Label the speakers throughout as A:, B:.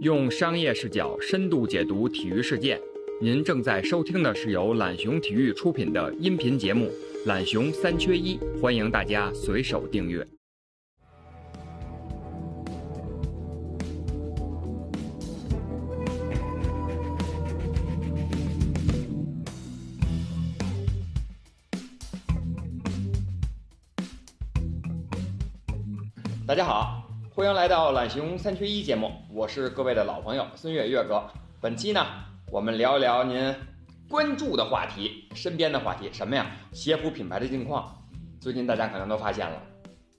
A: 用商业视角深度解读体育事件。您正在收听的是由懒熊体育出品的音频节目《懒熊三缺一》，欢迎大家随手订阅。大家好，欢迎来到懒熊三缺一节目，我是各位的老朋友孙越越哥。本期呢，我们聊一聊您关注的话题，身边的话题，什么呀？鞋服品牌的近况。最近大家可能都发现了，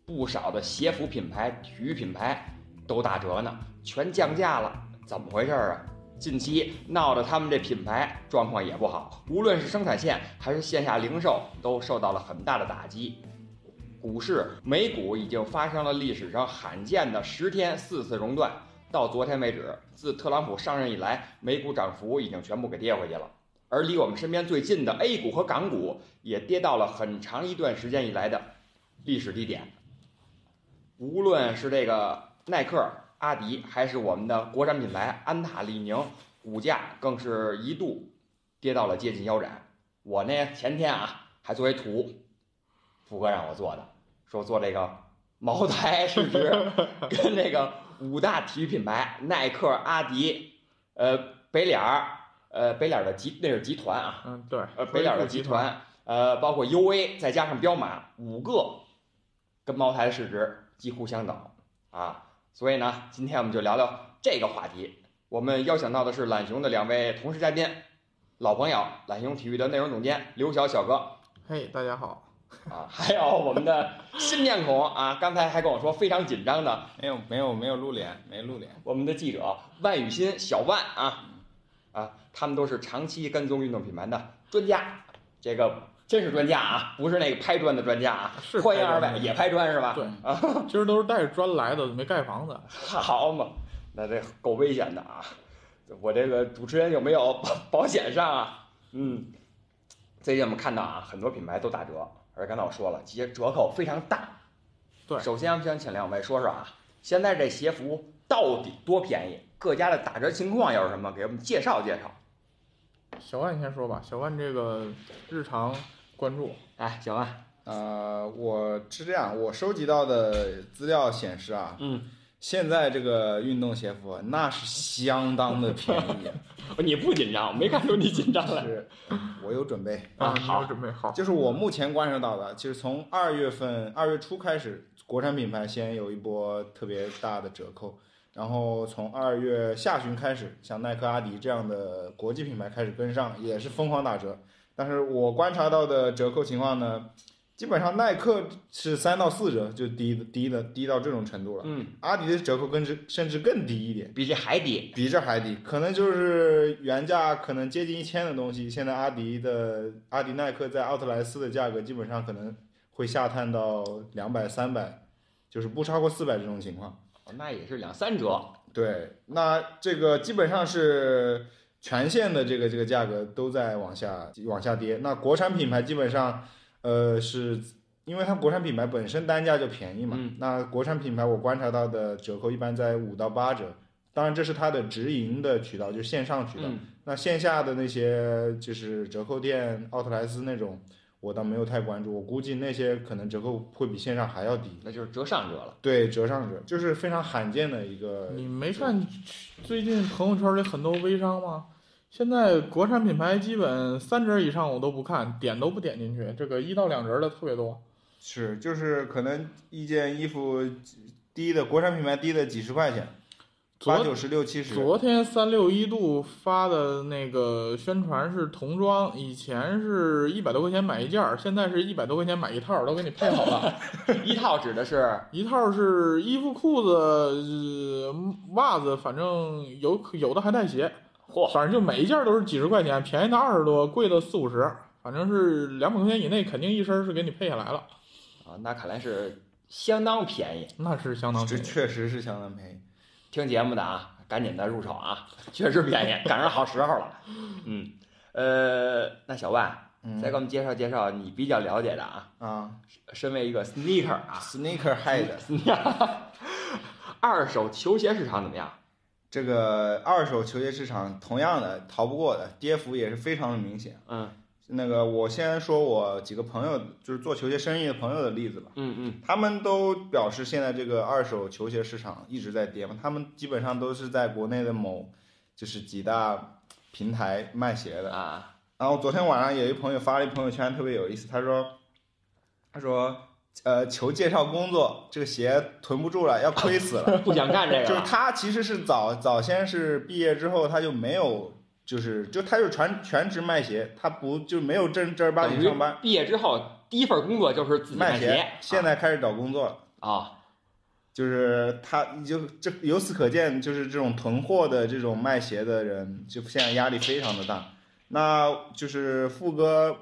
A: 不少的鞋服品牌、体育品牌都打折呢，全降价了，怎么回事儿啊？近期闹得他们这品牌状况也不好，无论是生产线还是线下零售，都受到了很大的打击。股市美股已经发生了历史上罕见的十天四次熔断。到昨天为止，自特朗普上任以来，美股涨幅已经全部给跌回去了。而离我们身边最近的 A 股和港股也跌到了很长一段时间以来的历史低点。无论是这个耐克、阿迪，还是我们的国产品牌安踏、李宁，股价更是一度跌到了接近腰斩。我呢，前天啊，还作为图，福哥让我做的，说做这个茅 台市值跟这个五大体育品牌耐克、阿迪，呃，北脸儿，呃，北脸儿的集那是集团啊，
B: 嗯，对，
A: 呃，北脸儿的集团，呃，包括 UA，再加上彪马，五个跟茅台的市值几乎相等啊。所以呢，今天我们就聊聊这个话题。我们邀请到的是懒熊的两位同事嘉宾，老朋友，懒熊体育的内容总监刘晓小哥，
B: 嘿，大家好，
A: 啊，还有我们的新面孔啊，刚才还跟我说非常紧张的
C: 没有没有没有露脸，没露脸。
A: 我们的记者万雨欣、小万啊，啊，他们都是长期跟踪运动品牌的专家，这个真是专家啊，不是那个拍砖的专家啊。
B: 是
A: 欢迎
B: 拍
A: 二
B: 砖的
A: 位，也拍砖是吧？
B: 对
A: 啊，
B: 今儿都是带着砖来的，没盖房子。
A: 好嘛，那这够危险的啊！我这个主持人有没有 保保险上啊？嗯，最近我们看到啊，很多品牌都打折，而刚才我说了，其实折扣非常大。
B: 对
A: 首先我们想请两位说说啊，现在这鞋服到底多便宜？各家的打折情况又是什么？给我们介绍介绍。
B: 小万先说吧，小万这个日常关注，
A: 哎，小万，
C: 呃，我是这样，我收集到的资料显示啊，
A: 嗯，
C: 现在这个运动鞋服啊那是相当的便宜，
A: 哦你不紧张，我没看出你紧张来。
C: 是，我有准备。
A: 啊
B: 你
A: 好
B: 有准备好，
C: 就是我目前观察到的，就是从二月份二月初开始，国产品牌先有一波特别大的折扣，然后从二月下旬开始，像耐克、阿迪这样的国际品牌开始跟上，也是疯狂打折。但是我观察到的折扣情况呢，基本上耐克是三到四折，就低低的低到这种程度了。
A: 嗯，
C: 阿迪的折扣更是甚至更低一 点。
A: 比这还低。
C: 比这还低，可能就是原价可能接近一千的东西，现在阿迪的阿迪耐克在奥特莱斯的价格基本上可能会下探到两百、三百，就是不超过四百这种情况。
A: 哦那也是两三折，
C: 对，那这个基本上是全线的这个这个价格都在往下往下跌。那国产品牌基本上，呃，是因为它国产品牌本身单价就便宜嘛，
A: 嗯
C: 那国产品牌我观察到的折扣一般在五到八折。当然，这是它的直营的渠道，就是线上渠道。
A: 嗯，
C: 那线下的那些就是折扣店、奥特莱斯那种，我倒没有太关注。我估计那些可能折扣会比线上还要低。
A: 那就是折上折了。
C: 对，折上折就是非常罕见的一个。
A: 嗯
B: 你没看最近朋友圈里很多微商吗？现在国产品牌基本三折以上我都不看，点都不点进去，这个一到两折的特别多。
C: 是，就是可能一件衣服低的国产品牌低的几十块钱，八
B: 昨
C: 九十六七十。
B: 昨天三六一度发的那个宣传是童装，以前是一百多块钱买一件儿，现在是一百多块钱买一套儿，都给你配好了。
A: 一套指的是
B: 一套是衣服、裤子、呃袜子，反正有有的还带鞋，
A: 嚯，
B: 反正就每一件都是几十块钱，便宜的二十多，贵的四五十，反正是两百块钱以内，肯定一身是给你配下来了，
A: 啊，那看来是相当便宜。
B: 那是相当
C: 这
B: 便宜。
C: 确实是相当便宜。
A: 听节目的啊，赶紧的入手啊，确实便宜，赶上好时候了。嗯，呃，那小万
C: 嗯
A: 再给我们介绍介绍你比较了解的啊，
C: 啊
A: 身为一个 sneaker 啊，
C: ，sneaker hide，
A: 二手球鞋市场怎么样？
C: 这个二手球鞋市场同样的逃不过的，跌幅也是非常的明显。
A: 嗯
C: 那个，我先说我几个朋友，就是做球鞋生意的朋友的例子吧。
A: 嗯嗯
C: 他们都表示，现在这个二手球鞋市场一直在跌嘛，他们基本上都是在国内的某，就是几大平台卖鞋的。
A: 啊，
C: 然后昨天晚上有一朋友发了一朋友圈，特别有意思，他说，他说，呃，求介绍工作，这个鞋囤不住了，要亏死 了。
A: 不想干这个
C: 就是
A: 了。
C: 他其实是早早先是毕业之后他就没有，就是就他就全全职卖鞋，他不就没有正正儿八
A: 等
C: 经
A: 于
C: 上班
A: 毕业之后第一份工作就是自己
C: 卖
A: 鞋
C: 鞋，，现在开始找工作了。
A: 啊
C: 就是他就这由此可见，就是这种囤货的这种卖鞋的人，就现在压力非常的大。那就是富哥，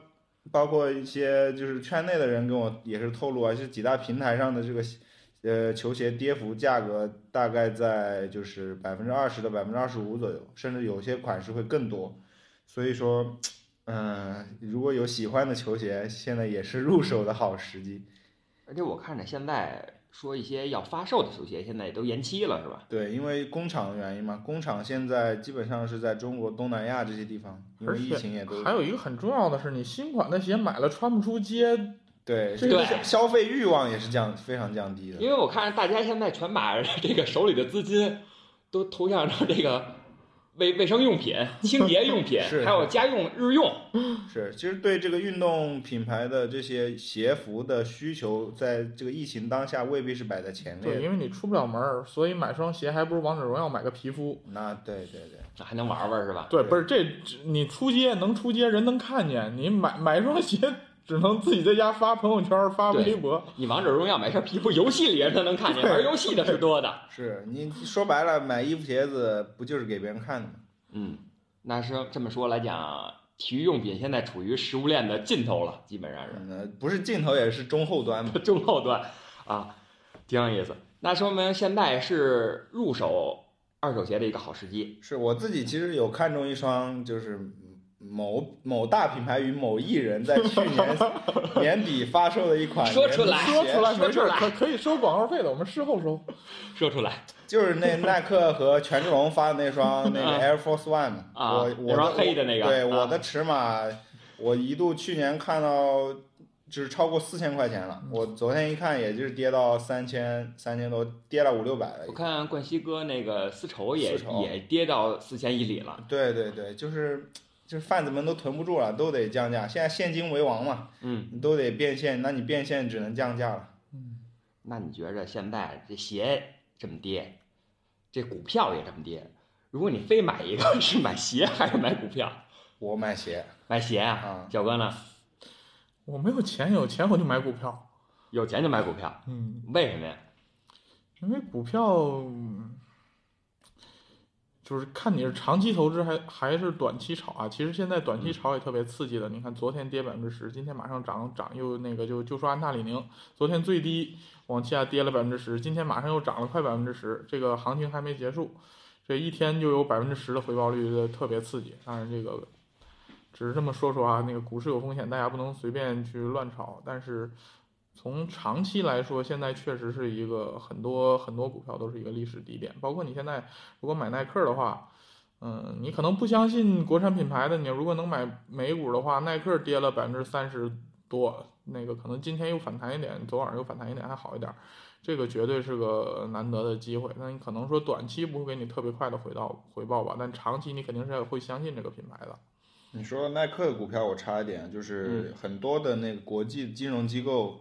C: 包括一些就是圈内的人跟我也是透露啊，就是几大平台上的这个呃球鞋跌幅价格大概在就是百分之二十到百分之二十五左右，甚至有些款式会更多。所以说，嗯、如果有喜欢的球鞋，现在也是入手的好时机。
A: 而且我看着现在说一些要发售的球鞋，现在也都延期了，是吧？
C: 对，因为工厂的原因嘛，工厂现在基本上是在中国东南亚这些地方，因为
B: 而且
C: 疫情也都
B: 还有一个很重要的是，你新款的鞋买了穿不出街，
C: 对
B: 这
A: 个
C: 消消费欲望也是降非常降低的。，
A: 因为我看大家现在全把这个手里的资金都投向到这个卫卫生用品、清洁用品
C: 是
A: 还有家用日用。
C: 是，其实对这个运动品牌的这些鞋服的需求，在这个疫情当下未必是摆在前列
B: 对，
C: 的。
B: 因为你出不了门儿，所以买双鞋还不如王者荣耀买个皮肤。
C: 那对对对，
A: 还能玩玩是 吧？
B: 对，
C: 对
B: 不是这这你出街能出街，人能看见。你买买双鞋， 只能自己在家发朋友圈、发
A: 对
B: 微博。
A: 你王者荣耀没事，皮肤游戏里人他能看见，玩游戏的是多的。
C: 是你说白了，买衣服鞋子不就是给别人看的吗？
A: 嗯，那是这么说来讲，啊体育用品现在处于食物链的尽头了，基本上是
C: 嗯，不是尽头也是中后端嘛。
A: 中后端啊，挺有意思。那说明现在是入手二手鞋的一个好时机。
C: 是我自己其实有看中一双，就是某某大品牌与某艺人在去 年年底发售的一款
A: 说出来
C: 联
B: 说
C: 名鞋
B: 出来
A: 说
B: 没事
A: 出
B: 儿，
A: 来
B: 可可以收广告费的，我们事后收。
A: 说出来
C: 就是那耐克和权志龙发的 那双那个 Air Force One，
A: 啊
C: 我
A: 那
C: 我
A: 双
C: 的
A: 黑的那个
C: 对
A: 啊
C: 我的尺码，我一度去年看到就是超过四千块钱了，我昨天一看，也就是跌到三千三千多，跌了五六百了
A: 我
C: 已经。
A: 看冠希哥那个丝绸也
C: 丝绸
A: 也跌到四千以里了。
C: 对对对，就是就是贩子们都囤不住了，都得降价，现在现金为王嘛。
A: 嗯，
C: 你都得变现，那你变现只能降价了。
B: 嗯
A: 那你觉着现在这鞋这么跌，这股票也这么跌，如果你非买一个，是买鞋还是买股票？
C: 我买鞋，
A: 买鞋啊
C: 啊，
A: 小哥呢？
B: 我没有钱，有钱我就买股票。
A: 有钱就买股票，
B: 嗯，
A: 为什么呀？
B: 因为股票嗯就是看你是长期投资还还是短期炒啊。其实现在短期炒也特别刺激的，你看昨天跌百分之十，今天马上涨涨又那个就就说安踏李宁，昨天最低往下跌了百分之十，今天马上又涨了快百分之十，这个行情还没结束，这一天就有百分之十的回报率的特别刺激。当然这个只是这么说说啊，那个股市有风险，大家不能随便去乱炒，但是。从长期来说，现在确实是一个很多很多股票都是一个历史低点，包括你现在如果买耐克的话，嗯，你可能不相信国产品牌的，你如果能买美股的话，耐克跌了百分之三十多，那个可能今天又反弹一点，昨晚又反弹一点，还好一点，这个绝对是个难得的机会。那你可能说短期不会给你特别快的回到回报吧，但长期你肯定是会相信这个品牌的。
C: 你说耐克的股票，我插一点，就是很多的那个国际金融机构，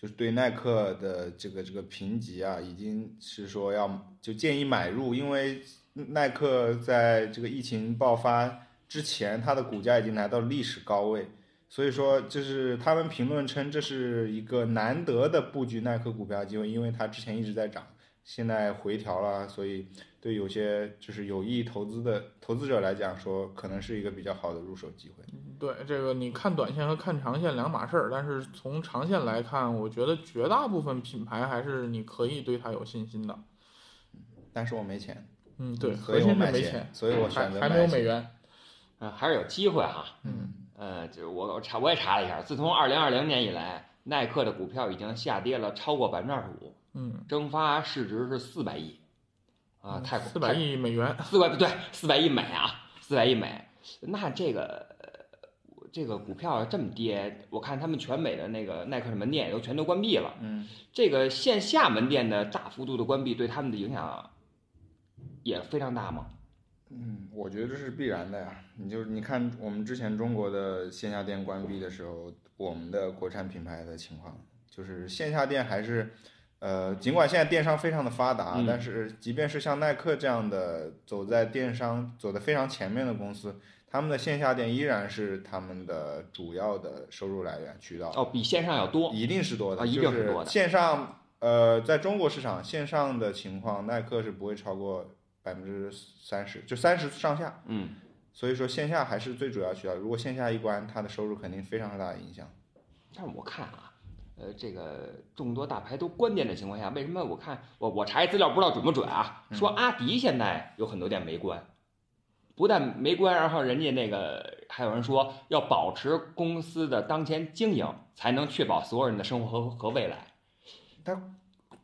C: 就是对耐克的这个这个评级啊，已经是说要就建议买入，因为耐克在这个疫情爆发之前，它的股价已经来到历史高位，所以说就是他们评论称这是一个难得的布局耐克股票的机会，因为它之前一直在涨，现在回调了，所以对有些就是有意投资的投资者来讲说，可能是一个比较好的入手机会。
B: 对这个，你看短线和看长线两码事儿，但是从长线来看，我觉得绝大部分品牌还是你可以对它有信心的。
C: 但是我没钱，
B: 嗯，对，
C: 所
B: 核
C: 以
B: 心
C: 我
B: 是
C: 买
B: 没
C: 鞋
B: 钱，嗯
C: 所以我选
B: 还
C: 择
B: 还
C: 买
B: 没有美
C: 鞋
B: 元。
A: 嗯，还是有机会哈、
B: 嗯，
A: 呃，就我我查我也查了一下，自从二零二零年以来，耐克的股票已经下跌了超过百分之二十五，
B: 嗯，
A: 蒸发市值是四百亿，啊、啊，太
B: 四百亿美元，
A: 四百不对，四百亿美啊，四百亿美。那这个呃这个股票这么跌，我看他们全美的那个耐克的门店也都全都关闭了。
C: 嗯，
A: 这个线下门店的大幅度的关闭，对他们的影响也非常大吗？
C: 嗯，我觉得这是必然的呀。你就是你看我们之前中国的线下店关闭的时候，我们的国产品牌的情况，就是线下店还是，呃，尽管现在电商非常的发达，
A: 嗯
C: 但是即便是像耐克这样的走在电商走的非常前面的公司，他们的线下店依然是他们的主要的收入来源渠道。
A: 哦，比线上要多。
C: 一定是多的，
A: 啊一定
C: 就是是
A: 多的
C: 线上，呃，在中国市场线上的情况，耐克是不会超过百分之三十，就三十上下。
A: 嗯，
C: 所以说线下还是最主要渠道。如果线下一关，它的收入肯定非常大的影响。
A: 但是我看啊，呃，这个众多大牌都关店的情况下，为什么我看我我查一资料不知道准不准啊？说阿迪现在有很多店没关，不但没关，然后人家那个还有人说要保持公司的当前经营，才能确保所有人的生活和和未来。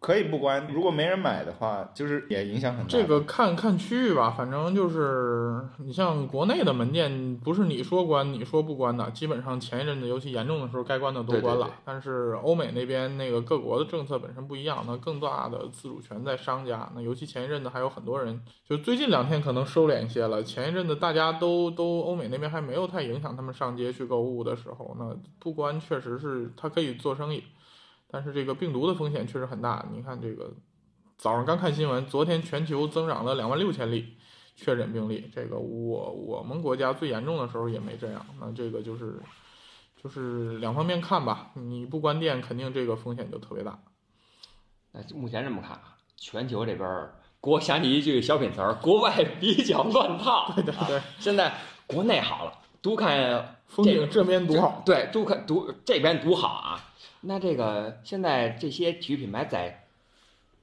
C: 可以不关，如果没人买的话，就是也影响很大。
B: 这个看看区域吧，反正就是你像国内的门店，不是你说关你说不关的，基本上前一阵子尤其严重的时候，该关的都
A: 对对
B: 关了。
A: 对
B: 但是欧美那边那个各国的政策本身不一样，那更大的自主权在商家。那尤其前一阵子还有很多人，就最近两天可能收敛一些了。前一阵子大家都都欧美那边还没有太影响他们上街去购物的时候，那不关确实是它可以做生意，但是这个病毒的风险确实很大。你看这个早上刚看新闻，昨天全球增长了两万六千例确诊病例，这个我我们国家最严重的时候也没这样，那这个就是就是两方面看吧，你不关店，肯定这个风险就特别大。
A: 那目前这么看啊，全球这边儿给我想起一句小品词儿：“国外比较乱套。”对对
B: 对，
A: 现在国内好了，独看
B: 风景这边独好，
A: 对，都看独这边独好啊。那这个现在这些体育品牌在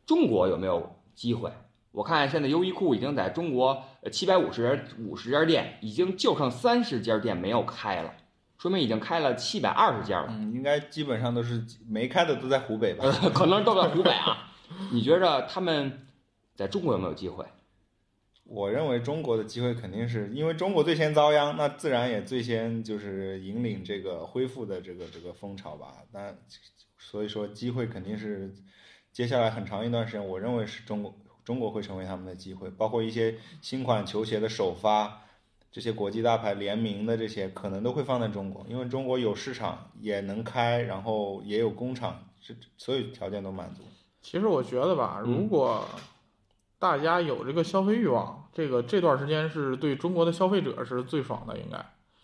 A: 中国有没有机会？我看现在优衣库已经在中国呃七百五十五十家店，已经就剩三十家店没有开了，说明已经开了七百二十家了，呃
C: 嗯，应该基本上都是没开的都在湖北吧。
B: 嗯
A: 可能都在湖北啊。你觉着他们在中国有没有机会？
C: 我认为中国的机会肯定是因为中国最先遭殃，那自然也最先就是引领这个恢复的这个这个风潮吧。那所以说机会肯定是接下来很长一段时间，我认为是中国中国会成为他们的机会，包括一些新款球鞋的首发，这些国际大牌联名的这些可能都会放在中国，因为中国有市场也能开，然后也有工厂，这这所有条件都满足。
B: 其实我觉得吧，
A: 嗯
B: 如果大家有这个消费欲望，这个这段时间是对中国的消费者是最爽的，应该。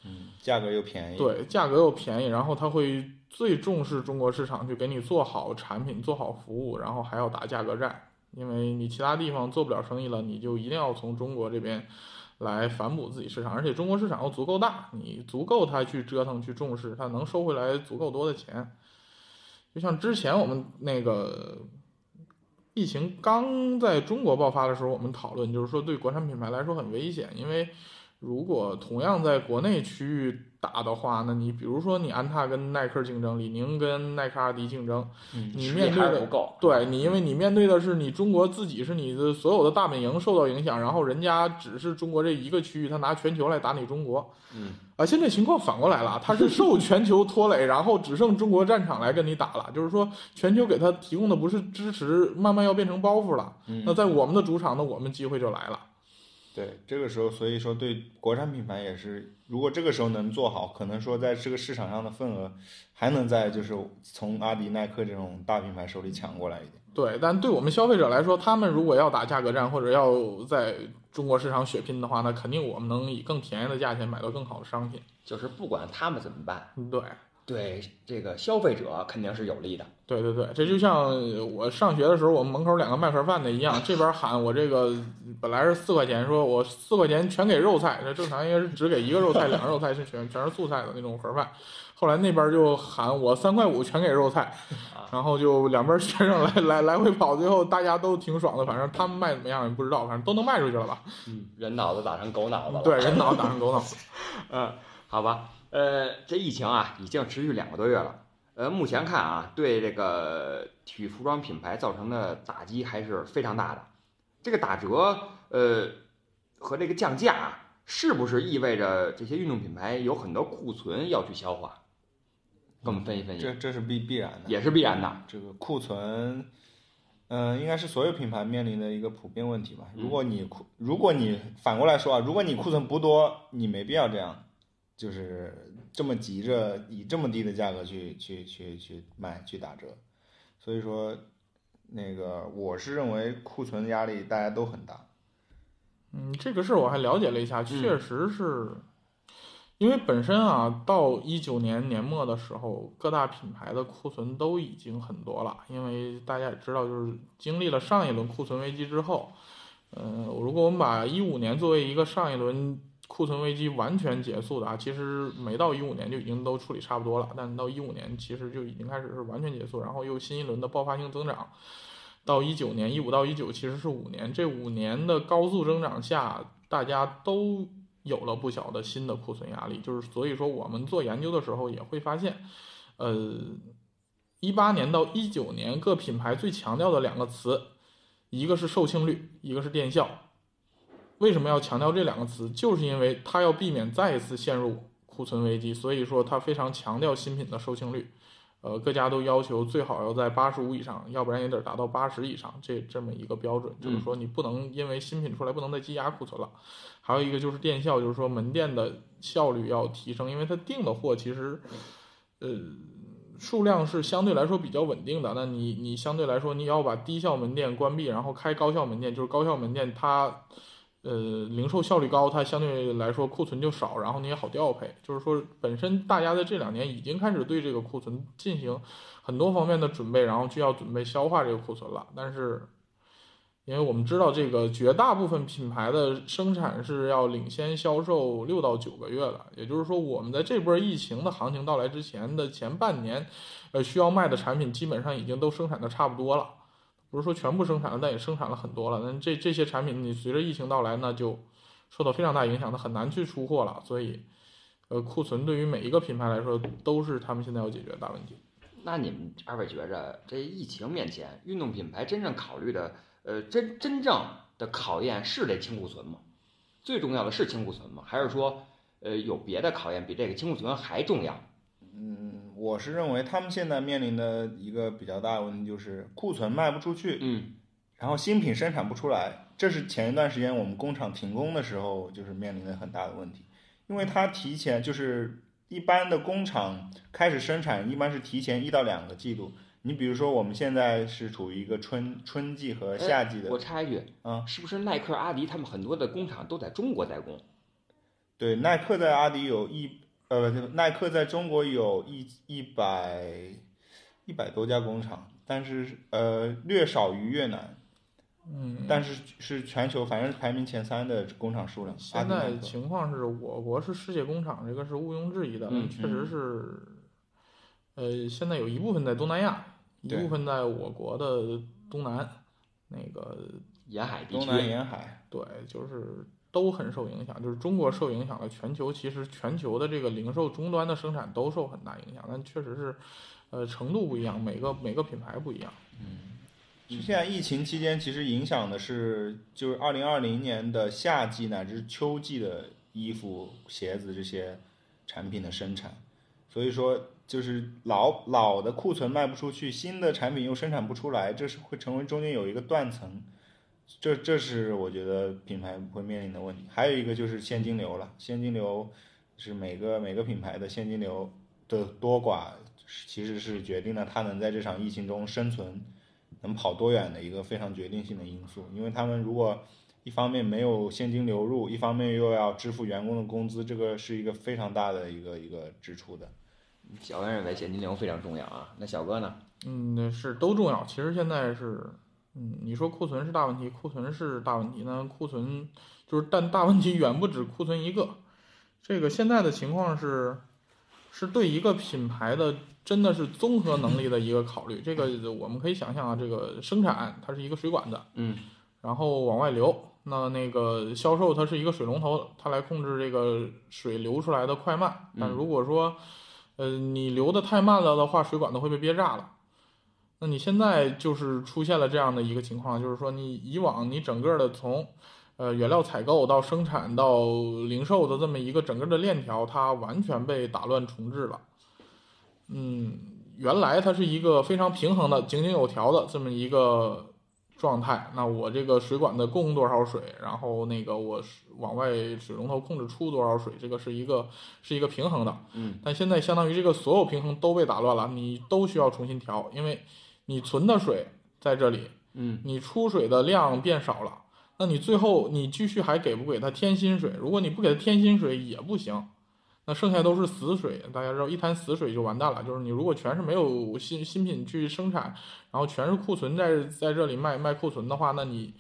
C: 嗯，价格又便宜。
B: 对，价格又便宜，然后他会最重视中国市场，去给你做好产品、做好服务，然后还要打价格战，因为你其他地方做不了生意了，你就一定要从中国这边来反哺自己市场，而且中国市场又足够大，你足够他去折腾、去重视，他能收回来足够多的钱。就像之前我们那个疫情刚在中国爆发的时候，我们讨论就是说，对国产品牌来说很危险，因为如果同样在国内区域打的话，那你比如说你安踏跟耐克竞争，李宁跟耐克、阿迪竞争，
C: 嗯
B: 你
A: 实力
B: 面对
A: 还是
B: 的
A: 不够。啊
B: 对你，因为你面对的是你中国自己是你的所有的大本营受到影响，然后人家只是中国这一个区域，他拿全球来打你中国
A: 嗯，
B: 啊。现在情况反过来了，他是受全球拖累，然后只剩中国战场来跟你打了，就是说全球给他提供的不是支持，慢慢要变成包袱了。
C: 嗯
B: 那在我们的主场，那我们机会就来了。
C: 对，这个时候，所以说对国产品牌也是，如果这个时候能做好，可能说在这个市场上的份额还能在就是从阿迪、耐克这种大品牌手里抢过来一点。
B: 对，但对我们消费者来说，他们如果要打价格战或者要在中国市场血拼的话，那肯定我们能以更便宜的价钱买到更好的商品。
A: 就是不管他们怎么办，
B: 对，
A: 对这个消费者肯定是有利的。
B: 对对对，这就像我上学的时候，我们门口两个卖盒饭的一样，这边喊我这个本来是四块钱，说我四块钱全给肉菜，这正常应该是只给一个肉菜、两个肉菜，是全全是素菜的那种盒饭。后来那边就喊我三块五全给肉菜，然后就两边学生来来来回跑，最后大家都挺爽的，反正他们卖怎么样也不知道，反正都能卖出去了吧？
A: 嗯，人脑子打成狗脑子了。
B: 对，人脑打成狗脑。
A: 嗯，好吧，呃，这疫情啊已经持续两个多月了，呃，目前看啊，对这个体育服装品牌造成的打击还是非常大的。这个打折，呃，和这个降价啊，是不是意味着这些运动品牌有很多库存要去消化？跟我们分析分析，
C: 这这是必必然的，
A: 也是必然的。
C: 这个库存，嗯、应该是所有品牌面临的一个普遍问题吧。如果你库，如果你反过来说啊，如果你库存不多，你没必要这样，就是这么急着以这么低的价格去去去去卖去打折。所以说，那个我是认为库存压力大家都很大。
B: 嗯，这个事儿我还了解了一下，确实是，因为本身啊，到一九年年末的时候，各大品牌的库存都已经很多了，因为大家也知道，就是经历了上一轮库存危机之后，嗯、如果我们把一五年作为一个上一轮库存危机完全结束的啊，其实没到一五年就已经都处理差不多了，但到一五年其实就已经开始是完全结束，然后又新一轮的爆发性增长。到一九年，一五到一九其实是五年，这五年的高速增长下，大家都有了不小的新的库存压力，就是所以说我们做研究的时候也会发现，呃，一八年到一九年各品牌最强调的两个词，一个是售罄率，一个是电效。为什么要强调这两个词？就是因为它要避免再一次陷入库存危机，所以说它非常强调新品的售罄率。呃，各家都要求最好要在八十五以上，要不然也得达到八十以上，这这么一个标准，就是说你不能因为新品出来不能再积压库存了。还有一个就是电效，就是说门店的效率要提升，因为它订的货其实，呃，数量是相对来说比较稳定的。那你你相对来说你要把低效门店关闭，然后开高效门店，就是高效门店它。呃，零售效率高，它相对来说库存就少，然后你也好调配。就是说，本身大家在这两年已经开始对这个库存进行很多方面的准备，然后就要准备消化这个库存了。但是，因为我们知道这个绝大部分品牌的生产是要领先销售六到九个月的，也就是说，我们在这波疫情的行情到来之前的前半年，呃，需要卖的产品基本上已经都生产的差不多了。不是说全部生产了，但也生产了很多了。但这这些产品，你随着疫情到来，那就受到非常大影响，它很难去出货了。所以，呃，库存对于每一个品牌来说，都是他们现在要解决的大问题。
A: 那你们二位觉着，这疫情面前，运动品牌真正考虑的，呃，真真正的考验是这清库存吗？最重要的是清库存吗？还是说，呃，有别的考验比这个清库存还重要？
C: 嗯，我是认为他们现在面临的一个比较大的问题就是库存卖不出去，
A: 嗯，
C: 然后新品生产不出来，这是前一段时间我们工厂停工的时候就是面临的很大的问题，因为它提前就是一般的工厂开始生产一般是提前一到两个季度，你比如说我们现在是处于一个春春季和夏季的
A: 我插一句，
C: 嗯，
A: 是不是耐克、阿迪他们很多的工厂都在中国代工？
C: 对，耐克在阿迪有一呃，不耐克在中国有一一百一百多家工厂，但是呃略少于越南，
B: 嗯，
C: 但是是全球反正是排名前三的工厂数量。阿
B: 现
C: 迪耐
B: 在
C: 克
B: 情况是我国是世界工厂，这个是毋庸置疑的，
A: 嗯
B: 确实是。呃，现在有一部分在东南亚，一
C: 对
B: 部分在我国的东南，那个
A: 沿海地
C: 东南
A: 区，
C: 沿海，
B: 对，就是都很受影响，就是中国受影响了，全球其实全球的这个零售终端的生产都受很大影响，但确实是，呃，程度不一样，每个每个品牌不一样。
C: 就现在疫情期间，其实影响的是就是二零二零年的夏季乃至秋季的衣服、鞋子这些产品的生产，所以说就是老老的库存卖不出去，新的产品又生产不出来，这是会成为中间有一个断层，这这是我觉得品牌会面临的问题。还有一个就是现金流了，现金流是每个每个品牌的现金流的多寡，其实是决定了它能在这场疫情中生存。能跑多远的一个非常决定性的因素，因为他们如果一方面没有现金流入，一方面又要支付员工的工资，这个是一个非常大的一个一个支出的。
A: 小恩认为现金流非常重要啊。那小哥呢？
B: 嗯，是都重要。其实现在是，嗯，你说库存是大问题，库存是大问题，那库存就是，但大问题远不止库存一个。这个现在的情况是，是对一个品牌的真的是综合能力的一个考虑。这个我们可以想象啊，这个生产它是一个水管子，
A: 嗯，
B: 然后往外流。那那个销售它是一个水龙头，它来控制这个水流出来的快慢。但
A: 嗯
B: 如果说，呃，你流的太慢了的话，水管子会被憋炸了。那你现在就是出现了这样的一个情况，就是说你以往你整个的从，呃原料采购到生产到零售的这么一个整个的链条，它完全被打乱重置了。嗯，原来它是一个非常平衡的、井井有条的这么一个状态。那我这个水管的供多少水，然后那个我是往外水龙头控制出多少水，这个是一个是一个平衡的。
A: 嗯，
B: 但现在相当于这个所有平衡都被打乱了，你都需要重新调，因为你存的水在这里，
A: 嗯，
B: 你出水的量变少了，那你最后你继续还给不给它添新水？如果你不给它添新水也不行，那剩下都是死水。大家知道，一潭死水就完蛋了。就是你如果全是没有新新品去生产，然后全是库存在在这里卖卖库存的话，那你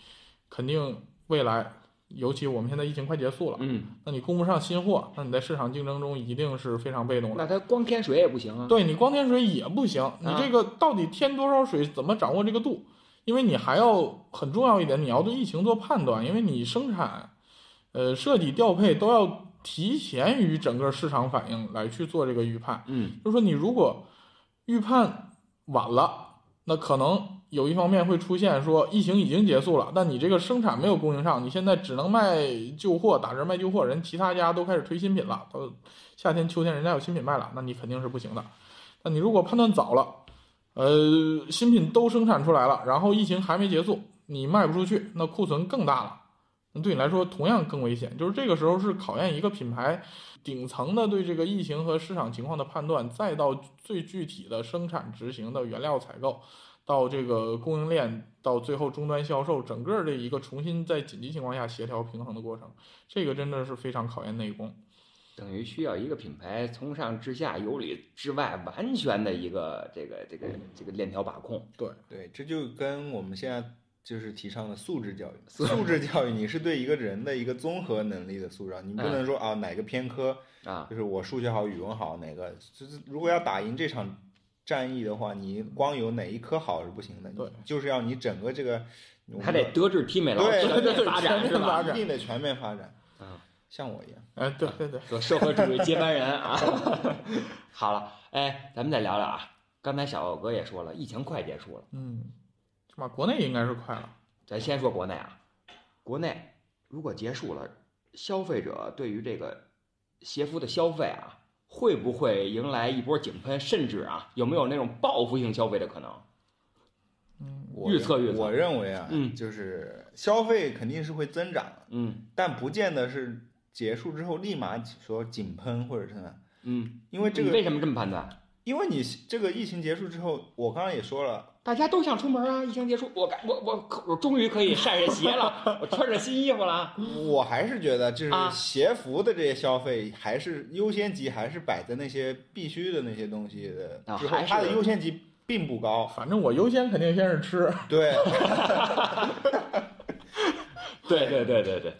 B: 肯定未来，尤其我们现在疫情快结束了，
A: 嗯，
B: 那你供不上新货，那你在市场竞争中一定是非常被动的。
A: 那它光添水也不行啊。
B: 对你光添水也不行，你
A: 啊
B: 这个到底添多少水，怎么掌握这个度？因为你还要很重要一点，你要对疫情做判断，因为你生产、呃设计、调配都要提前于整个市场反应来去做这个预判。
A: 嗯
B: 就是说你如果预判晚了，那可能有一方面会出现说疫情已经结束了，但你这个生产没有供应上，你现在只能卖旧货，打折卖旧货，人其他家都开始推新品了，到夏天秋天人家有新品卖了，那你肯定是不行的。但你如果判断早了，呃，新品都生产出来了，然后疫情还没结束，你卖不出去，那库存更大了。那对你来说同样更危险，就是这个时候是考验一个品牌顶层的对这个疫情和市场情况的判断，再到最具体的生产执行的原料采购，到这个供应链，到最后终端销售，整个这一个重新在紧急情况下协调平衡的过程，这个真的是非常考验内功。
A: 等于需要一个品牌从上至下、由里至外完全的一个这个这个这个链条把控。
C: 对，这就跟我们现在就是提倡的素质教育，素质教育你是对一个人的一个综合能力的塑造，你不能说啊哪个偏科
A: 啊，
C: 就是我数学好、语文好，哪个就是如果要打赢这场战役的话，你光有哪一科好是不行的，
B: 对，
C: 就是要你整个这个我们
A: 还得嗯德智体美劳
C: 对
A: 全
B: 对
A: 面
B: 对
A: 发
B: 全
A: 展
B: 面
A: 是吧？
B: 发
C: 一
B: 展
C: 定得全面发展，
A: 啊，
C: 像我一样，
B: 哎，对对对，
A: 做社会主义接班人啊。 好了，哎，咱们再聊聊啊。刚才小欧哥也说了，疫情快结束了，
B: 嗯，起码国内应该是快了。
A: 咱先说国内啊。国内如果结束了，消费者对于这个鞋服的消费啊，会不会迎来一波井喷，甚至啊，有没有那种报复性消费的可能？
B: 嗯，
C: 我
A: 预测
C: 认
A: 预测
C: 我认为啊，
A: 嗯
C: 就是消费肯定是会增长的，
A: 嗯
C: 但不见得是结束之后立马说井喷或者是什么。
A: 嗯，
C: 因为这
A: 你为
C: 个，
A: 什么这么判断？
C: 因为你这个疫情结束之后，我刚刚也说了，
A: 大家都想出门啊！疫情结束，我该我我我终于可以晒晒鞋 了，我穿着新衣服了。
C: 我还是觉得就是
A: 啊
C: 鞋服的这些消费还是优先级还是摆在那些必须的那些东西的
A: 啊
C: 之后
A: 还，是
C: 它的优先级并不高。
B: 反正我优先肯定先是吃，
C: 对，
A: 对对对对对，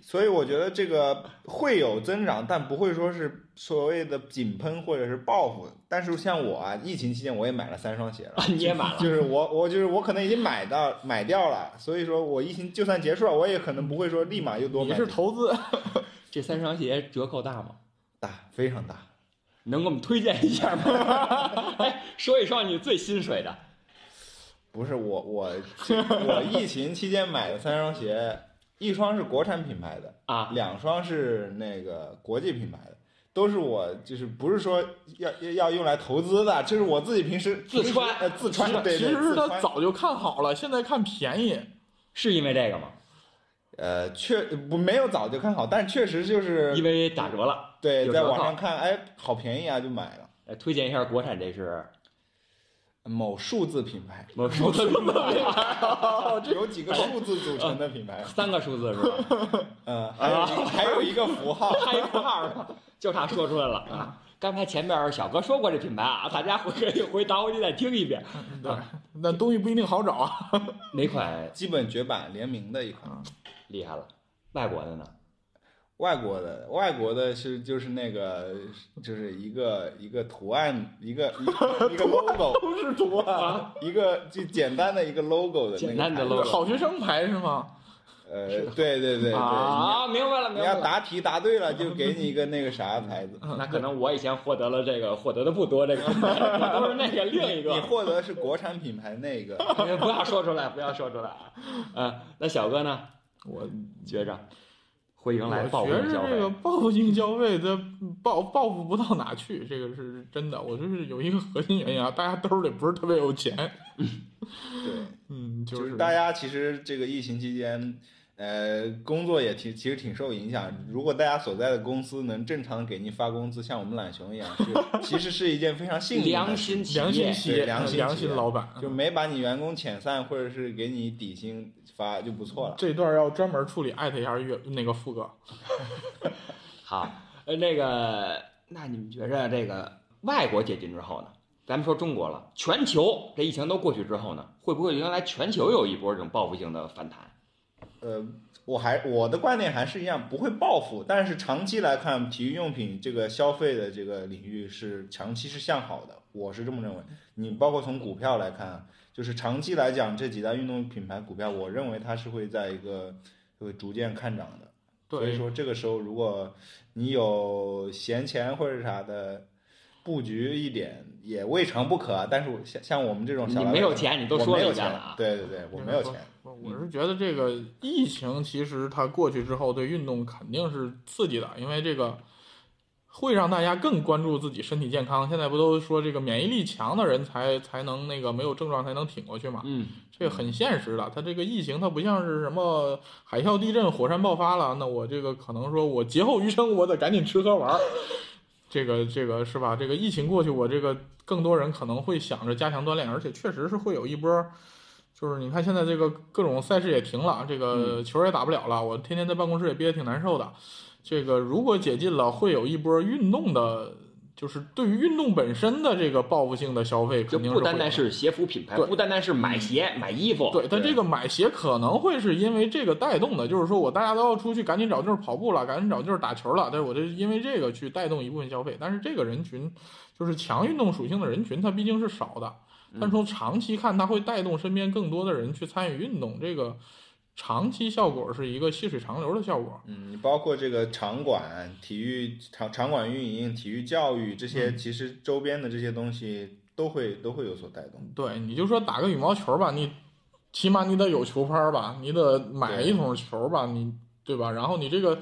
C: 所以我觉得这个会有增长，但不会说是所谓的井喷或者是报复。但是像我啊，疫情期间我也买了三双鞋了。
A: 啊 你也买了，
C: 就是我，我就是我，可能已经买到买掉了，所以说我疫情就算结束了，我也可能不会说立马又多
B: 你
C: 买
B: 是投资，
A: 这三双鞋折扣大吗？
C: 大，非常大。
A: 能给我们推荐一下吗？ 哎，说一双你最心水的。
C: 不是我，我我疫情期间买的三双鞋，一双是国产品牌的，
A: 啊，
C: 两双是那个国际品牌的，都是我就是不是说要要要用来投资的，这是我自己平时
A: 自穿
C: 呃自穿， 对 对，
B: 其实是
C: 自
B: 他
C: 穿
B: 早就看好了，现在看便宜。
A: 是因为这个吗？
C: 呃确不没有早就看好，但确实就是
A: 因为打折了。
C: 对
A: 有
C: 在
A: 折
C: 网
A: 扣
C: 上看，哎，好便宜啊，就买了。
A: 呃推荐一下国产，这是
C: 某数字品牌，
A: 某数字
B: 哦
C: 有几个数字组成的品牌，
B: 哎
A: 三个数字是 吧？
C: 嗯，还
B: 啊
C: 有一个还有一个符号，
A: 还有符号呢，就差说出来了啊！刚才前面小哥说过这品牌啊，大家回可以回倒回去再听一遍。
B: 对，那东西不一定好找啊。
A: 哪款
C: 基本绝版联名的一款。
A: 厉害了？外国的呢？
C: 外国的，外国的是就是那个，就是一个一个图案，一个一 个一个 logo，
B: 都是 图案，
C: 一个就简单的一个 logo 的那个牌子，
A: 简单的 logo
B: 好学生牌是吗？
C: 呃，对对对对，
A: 啊，明白了，
C: 你
A: 明白
C: 要嗯
A: 了。
C: 答题答对了，就给你一个那个啥牌子。
A: 那可能我以前获得了这个，获得的不多，这个我都是那个另一
C: 你
A: 个。
C: 获得是国产品牌那 个，
A: 不要说出来，不要说出来啊！ 嗯，那小哥呢？
B: 我
A: 觉着会迎来报
B: 我
A: 复
B: 觉
A: 性
B: 着
A: 消
B: 这个
A: 费。
B: 报复性消费，这报报复不到哪去，这个是真的。我就是有一个核心原因啊，大家兜里不是特别有钱，
C: 对，
B: 嗯，
C: 就是是大家其实这个疫情期间，呃，工作也挺其实挺受影响。如果大家所在的公司能正常给您发工资，像我们懒熊一样，是 其实是一件非常幸运
A: 良
C: 的事。
A: 心企
B: 良心
A: 业，
B: 企业，呃
C: 对良心企业
B: 良心老板。
C: 就没把你员工遣散，或者是给你底薪发就不错了。
B: 这段要专门处理，艾特一下岳那个富哥。
A: 好，呃，那个，那你们觉着这个外国解禁之后呢？咱们说中国了，全球这疫情都过去之后呢，会不会迎来全球有一波这种报复性的反弹？
C: 呃，我还我的观点还是一样，不会报复，但是长期来看，体育用品这个消费的这个领域是长期是向好的，我是这么认为。你包括从股票来看，啊就是长期来讲，这几大运动品牌股票，我认为它是会在一个会逐渐看涨的。所以
B: 对，
C: 说这个时候，如果你有闲钱或者啥的。布局一点也未尝不可啊，但是我像像我们这种小
A: 你
C: 老
A: 没
C: 百
A: 有
C: 姓
A: 钱，你都
C: 我
A: 说
C: 没
A: 了
C: 有
A: 一遍
C: 钱
A: 了啊。
C: 对对对，我没有钱。
B: 我我是觉得这个疫情其实它过去之后，对运动肯定是刺激的，因为这个会让大家更关注自己身体健康。现在不都说这个免疫力强的人才才能那个没有症状才能挺过去嘛？
A: 嗯，
B: 这个很现实的。它这个疫情它不像是什么海啸、地震、火山爆发了，那我这个可能说我劫后余生，我得赶紧吃喝玩儿。这个这个是吧？这个疫情过去，我这个更多人可能会想着加强锻炼，而且确实是会有一波儿，就是你看现在这个各种赛事也停了，这个
A: 嗯
B: 球也打不了了，我天天在办公室也憋得挺难受的。这个如果解禁了，会有一波运动的，就是对于运动本身的这个报复性的消费，
A: 就
B: 肯定
A: 不
B: 会
A: 单单
B: 有
A: 是鞋服品牌，
B: 对
A: 不单单是买鞋、买衣服，
B: 对，但
C: 对
B: 这个买鞋可能会是因为这个带动的，就是说我大家都要出去，赶紧找地儿跑步了，赶紧找地儿打球了，但是我就因为这个去带动一部分消费。但是这个人群，就是强运动属性的人群，它毕竟是少的，
A: 嗯
B: 但从长期看，它会带动身边更多的人去参与运动，这个长期效果是一个细水长流的效果。
C: 嗯，你包括这个场馆、体育场场馆运营、体育教育这些，其实周边的这些东西都会都会有所带动。
B: 对，你就说打个羽毛球吧，你起码你得有球拍儿吧，你得买一桶球吧，你对吧？然后你这个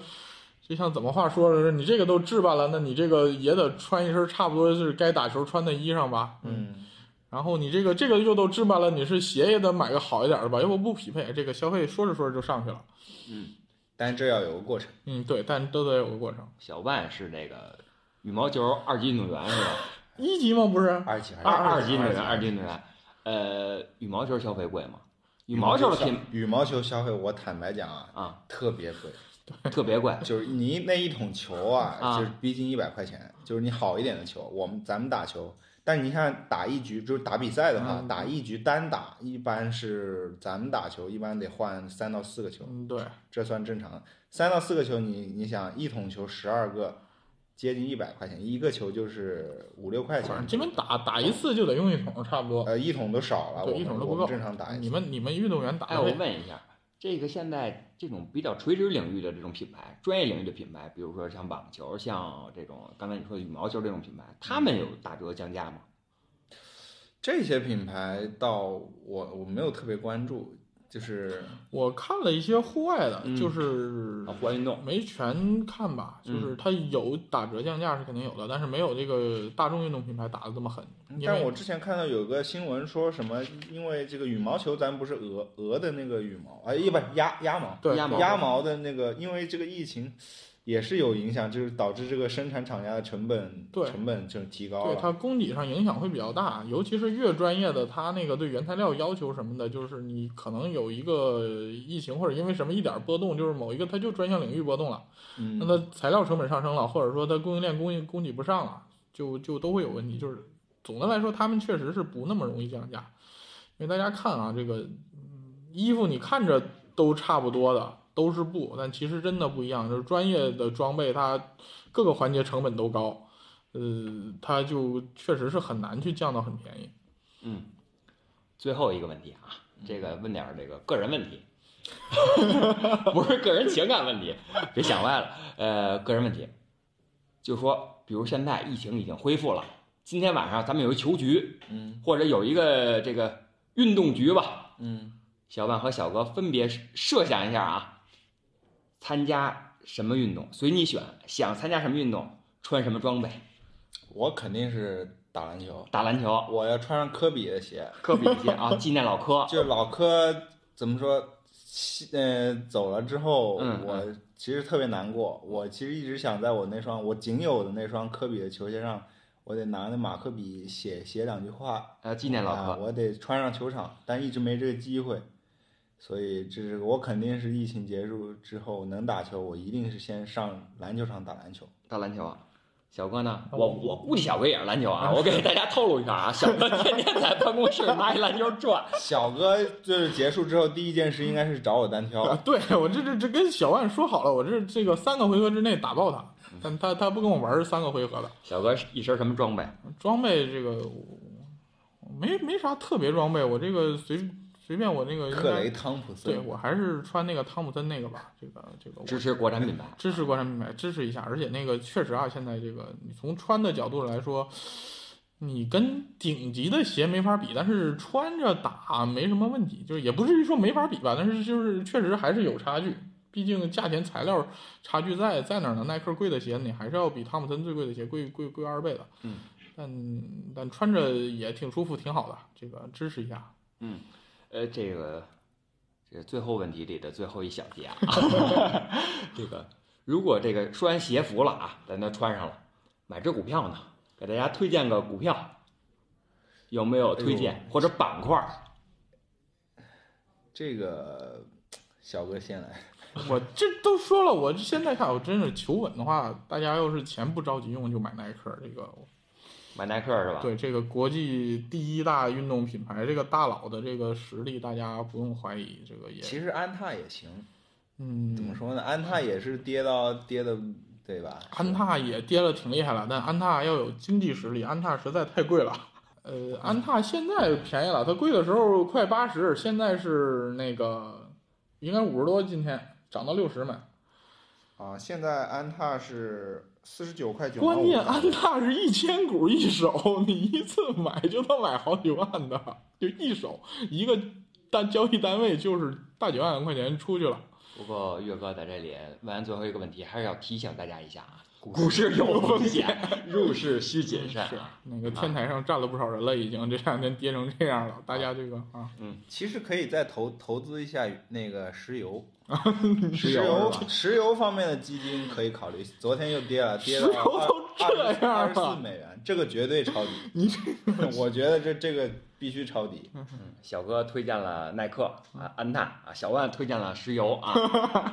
B: 就像怎么话说的是，你这个都置办了，那你这个也得穿一身差不多是该打球穿的衣裳吧，。
C: 嗯，
B: 然后你这个这个又都置办了，你是鞋也得买个好一点的吧，要不不匹配。这个消费说着说着就上去了，
C: 但这要有个过程。
B: 嗯，对，但都得有个过程。
A: 小万是那个羽毛球二级运动员是 吧？
B: 一级吗？不是，
C: 二级还是
A: 二二级运动员，
C: 二
A: 二级运动员。呃，羽毛球消费贵吗？羽毛球的
C: 消
A: 品
C: 羽毛球消费，我坦白讲啊，
A: 啊
C: 特别贵，
A: 特别贵，
C: 就是你那一桶球啊，
A: 啊
C: 就是逼近一百块钱，就是你好一点的球，我们咱们打球。但是你看打一局，就是打比赛的话，
B: 嗯
C: 打一局单打一般是咱们打球一般得换三到四个球，
B: 嗯，对，
C: 这算正常。三到四个球你，你想一桶球十二个，接近一百块钱，一个球就是五六块
B: 反
C: 钱
B: 正，基本打打一次就得用一桶，差不多。
C: 呃，一桶都少了，
B: 对
C: 我
B: 一桶都
C: 们我
B: 不
C: 们
B: 够
C: 正常打一
B: 你
C: 次。
B: 们你们运动员打
A: 哎，
B: 的
A: 我问一下，这个现在这种比较垂直领域的这种品牌，专业领域的品牌，比如说像网球，像这种刚才你说的羽毛球这种品牌，他们有打折降价吗？
C: 这些品牌到我我没有特别关注，就是
B: 我看了一些户外的，
A: 嗯
B: 就是
A: 啊，户外运动，
B: 没全看吧，
A: 嗯
B: 就是它有打折降价是肯定有的，但是没有这个大众运动品牌打的这么狠。因
C: 但
B: 为
C: 我之前看到有个新闻说什么，因为这个羽毛球咱不是鹅鹅的那个羽毛，哎，不是鸭鸭毛，
B: 对
A: 鸭毛
C: 鸭毛的那个，因为这个疫情也是有影响，就是导致这个生产厂家的成本
B: 对
C: 成本就是提高
B: 对
C: 了。
B: 它供给上影响会比较大，尤其是越专业的，它那个对原材料要求什么的，就是你可能有一个疫情或者因为什么一点波动，就是某一个它就专项领域波动了，
C: 嗯
B: 那它材料成本上升了，或者说它供应链供应供给不上了，就就都会有问题。就是总的来说，他们确实是不那么容易降价，因为大家看啊，这个嗯衣服你看着都差不多的，都是布，但其实真的不一样。就是专业的装备，它各个环节成本都高，呃，它就确实是很难去降到很便宜。
A: 嗯。最后一个问题啊，这个问点儿这个个人问题， 不是个人情感问题，别想歪了，呃，个人问题，就说，比如现在疫情已经恢复了，今天晚上咱们有一球局，
D: 嗯
A: 或者有一个这个运动局吧，
D: 嗯，
A: 小万和小哥分别设想一下啊，参加什么运动，随你选，想参加什么运动，穿什么装备，
D: 我肯定是打篮球，
A: 打篮球，
C: 我要穿上科比的鞋，
A: 科比鞋啊，纪念老科，
C: 就是老科怎么说，西呃，走了之后，
A: 嗯
C: 我其实特别难过。我其实一直想在我那双我仅有的那双科比的球鞋上，我得拿那马克笔写写两句话，
A: 呃，纪念老
C: 啊，
A: 科，
C: 我得穿上球场，但一直没这个机会。所以这是我肯定是疫情结束之后能打球，我一定是先上篮球场打篮球。
A: 打篮球。啊小哥呢？
B: 我
A: 啊我我估计小哥也是篮球啊，我给大家透露一下啊，小哥天天在办公室拿一篮球转，
C: 小哥就是结束之后第一件事应该是找我单挑
B: 啊，，对我这这这跟小万说好了，我这这个三个回合之内打爆他，但他他不跟我玩儿三个回合的
A: 小哥一身什么装备？
B: 装备，这个我没没啥特别装备，我这个随随便我那个应
C: 克
B: 该
C: 雷汤普森。
B: 对我还是穿那个汤姆森那个吧，这个这个我
A: 支持国产品牌。
B: 支持国产品牌，支持一下。而且那个确实啊，现在这个你从穿的角度来说，你跟顶级的鞋没法比，但是穿着打没什么问题，就是也不至于说没法比吧，但是就是确实还是有差距。毕竟价钱材料差距在在哪儿呢？耐克贵的鞋你还是要比汤姆森最贵的鞋贵贵贵二倍的，
A: 嗯，
B: 但但穿着也挺舒服，挺好的，这个支持一下。
A: 呃，这个这个最后问题里的最后一小节啊， 这个如果这个说完鞋服了啊，咱都穿上了，买只股票呢，给大家推荐个股票，有没有推荐、或者板块儿？
C: 这个小哥先来，
B: 我这都说了，我现在看，我真是求稳的话，大家要是钱不着急用，就买耐克。这个
A: 买耐克是吧？
B: 对这个国际第一大运动品牌，这个大佬的这个实力，大家不用怀疑。这个也
C: 其实安踏也行，
B: 嗯，
C: 怎么？说呢？安踏也是跌到跌的，对吧？
B: 安踏也跌了挺厉害了，但安踏要有经济实力，安踏实在太贵了。呃，安踏现在便宜了，它贵的时候快八十，现在是那个应该五十多，今天涨到六十买。
C: 啊，现在安踏是四十九块九，
B: 关键安踏是一千股一手，你一次买就能买好几万的，就一手一个单交易单位就是大几万块钱出去了。
A: 不过岳哥在这里问完最后一个问题，还是要提醒大家一下啊，股市有风险，入市需谨慎
B: 嗯是
A: 啊。
B: 那个天台上站了不少人了，已经这两天跌成这样了，大家这个啊，
C: 其实可以再投投资一下那个 石油，
A: 石油
C: 石
A: 是
C: 油
B: 啊
A: 吧
C: 石油方面的基金可以考虑。昨天又跌了，跌到
B: 石油都这样啊
C: 二
B: 了
C: 十四美元，这个绝对抄底。你 我觉得这这个必须抄底。
A: 嗯小哥推荐了耐克啊，安踏啊，小万推荐了石油 啊。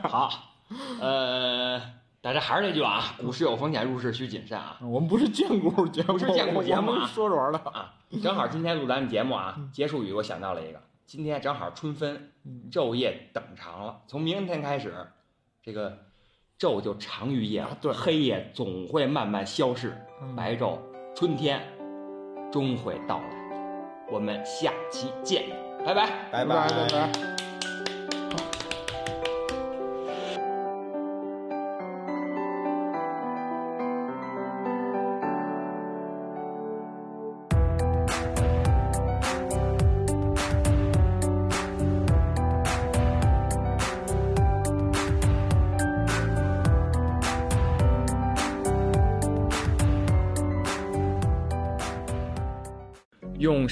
A: 好，呃，大家还是那句啊，股市有风险，入市需谨慎啊。
B: 嗯我们不是荐股节目，
A: 不是荐股节目啊
B: 我们说着玩儿的。
A: 啊，正好今天录咱们节目啊，结束语我想到了一个，今天正好春分，
B: 嗯
A: 昼夜等长了，从明天开始，这个昼就长于夜了
B: 啊，对
A: 黑夜总会慢慢消逝，
B: 嗯
A: 白昼春天终会到来。我们下期见，拜拜。
C: 拜
B: 拜拜拜。
A: 用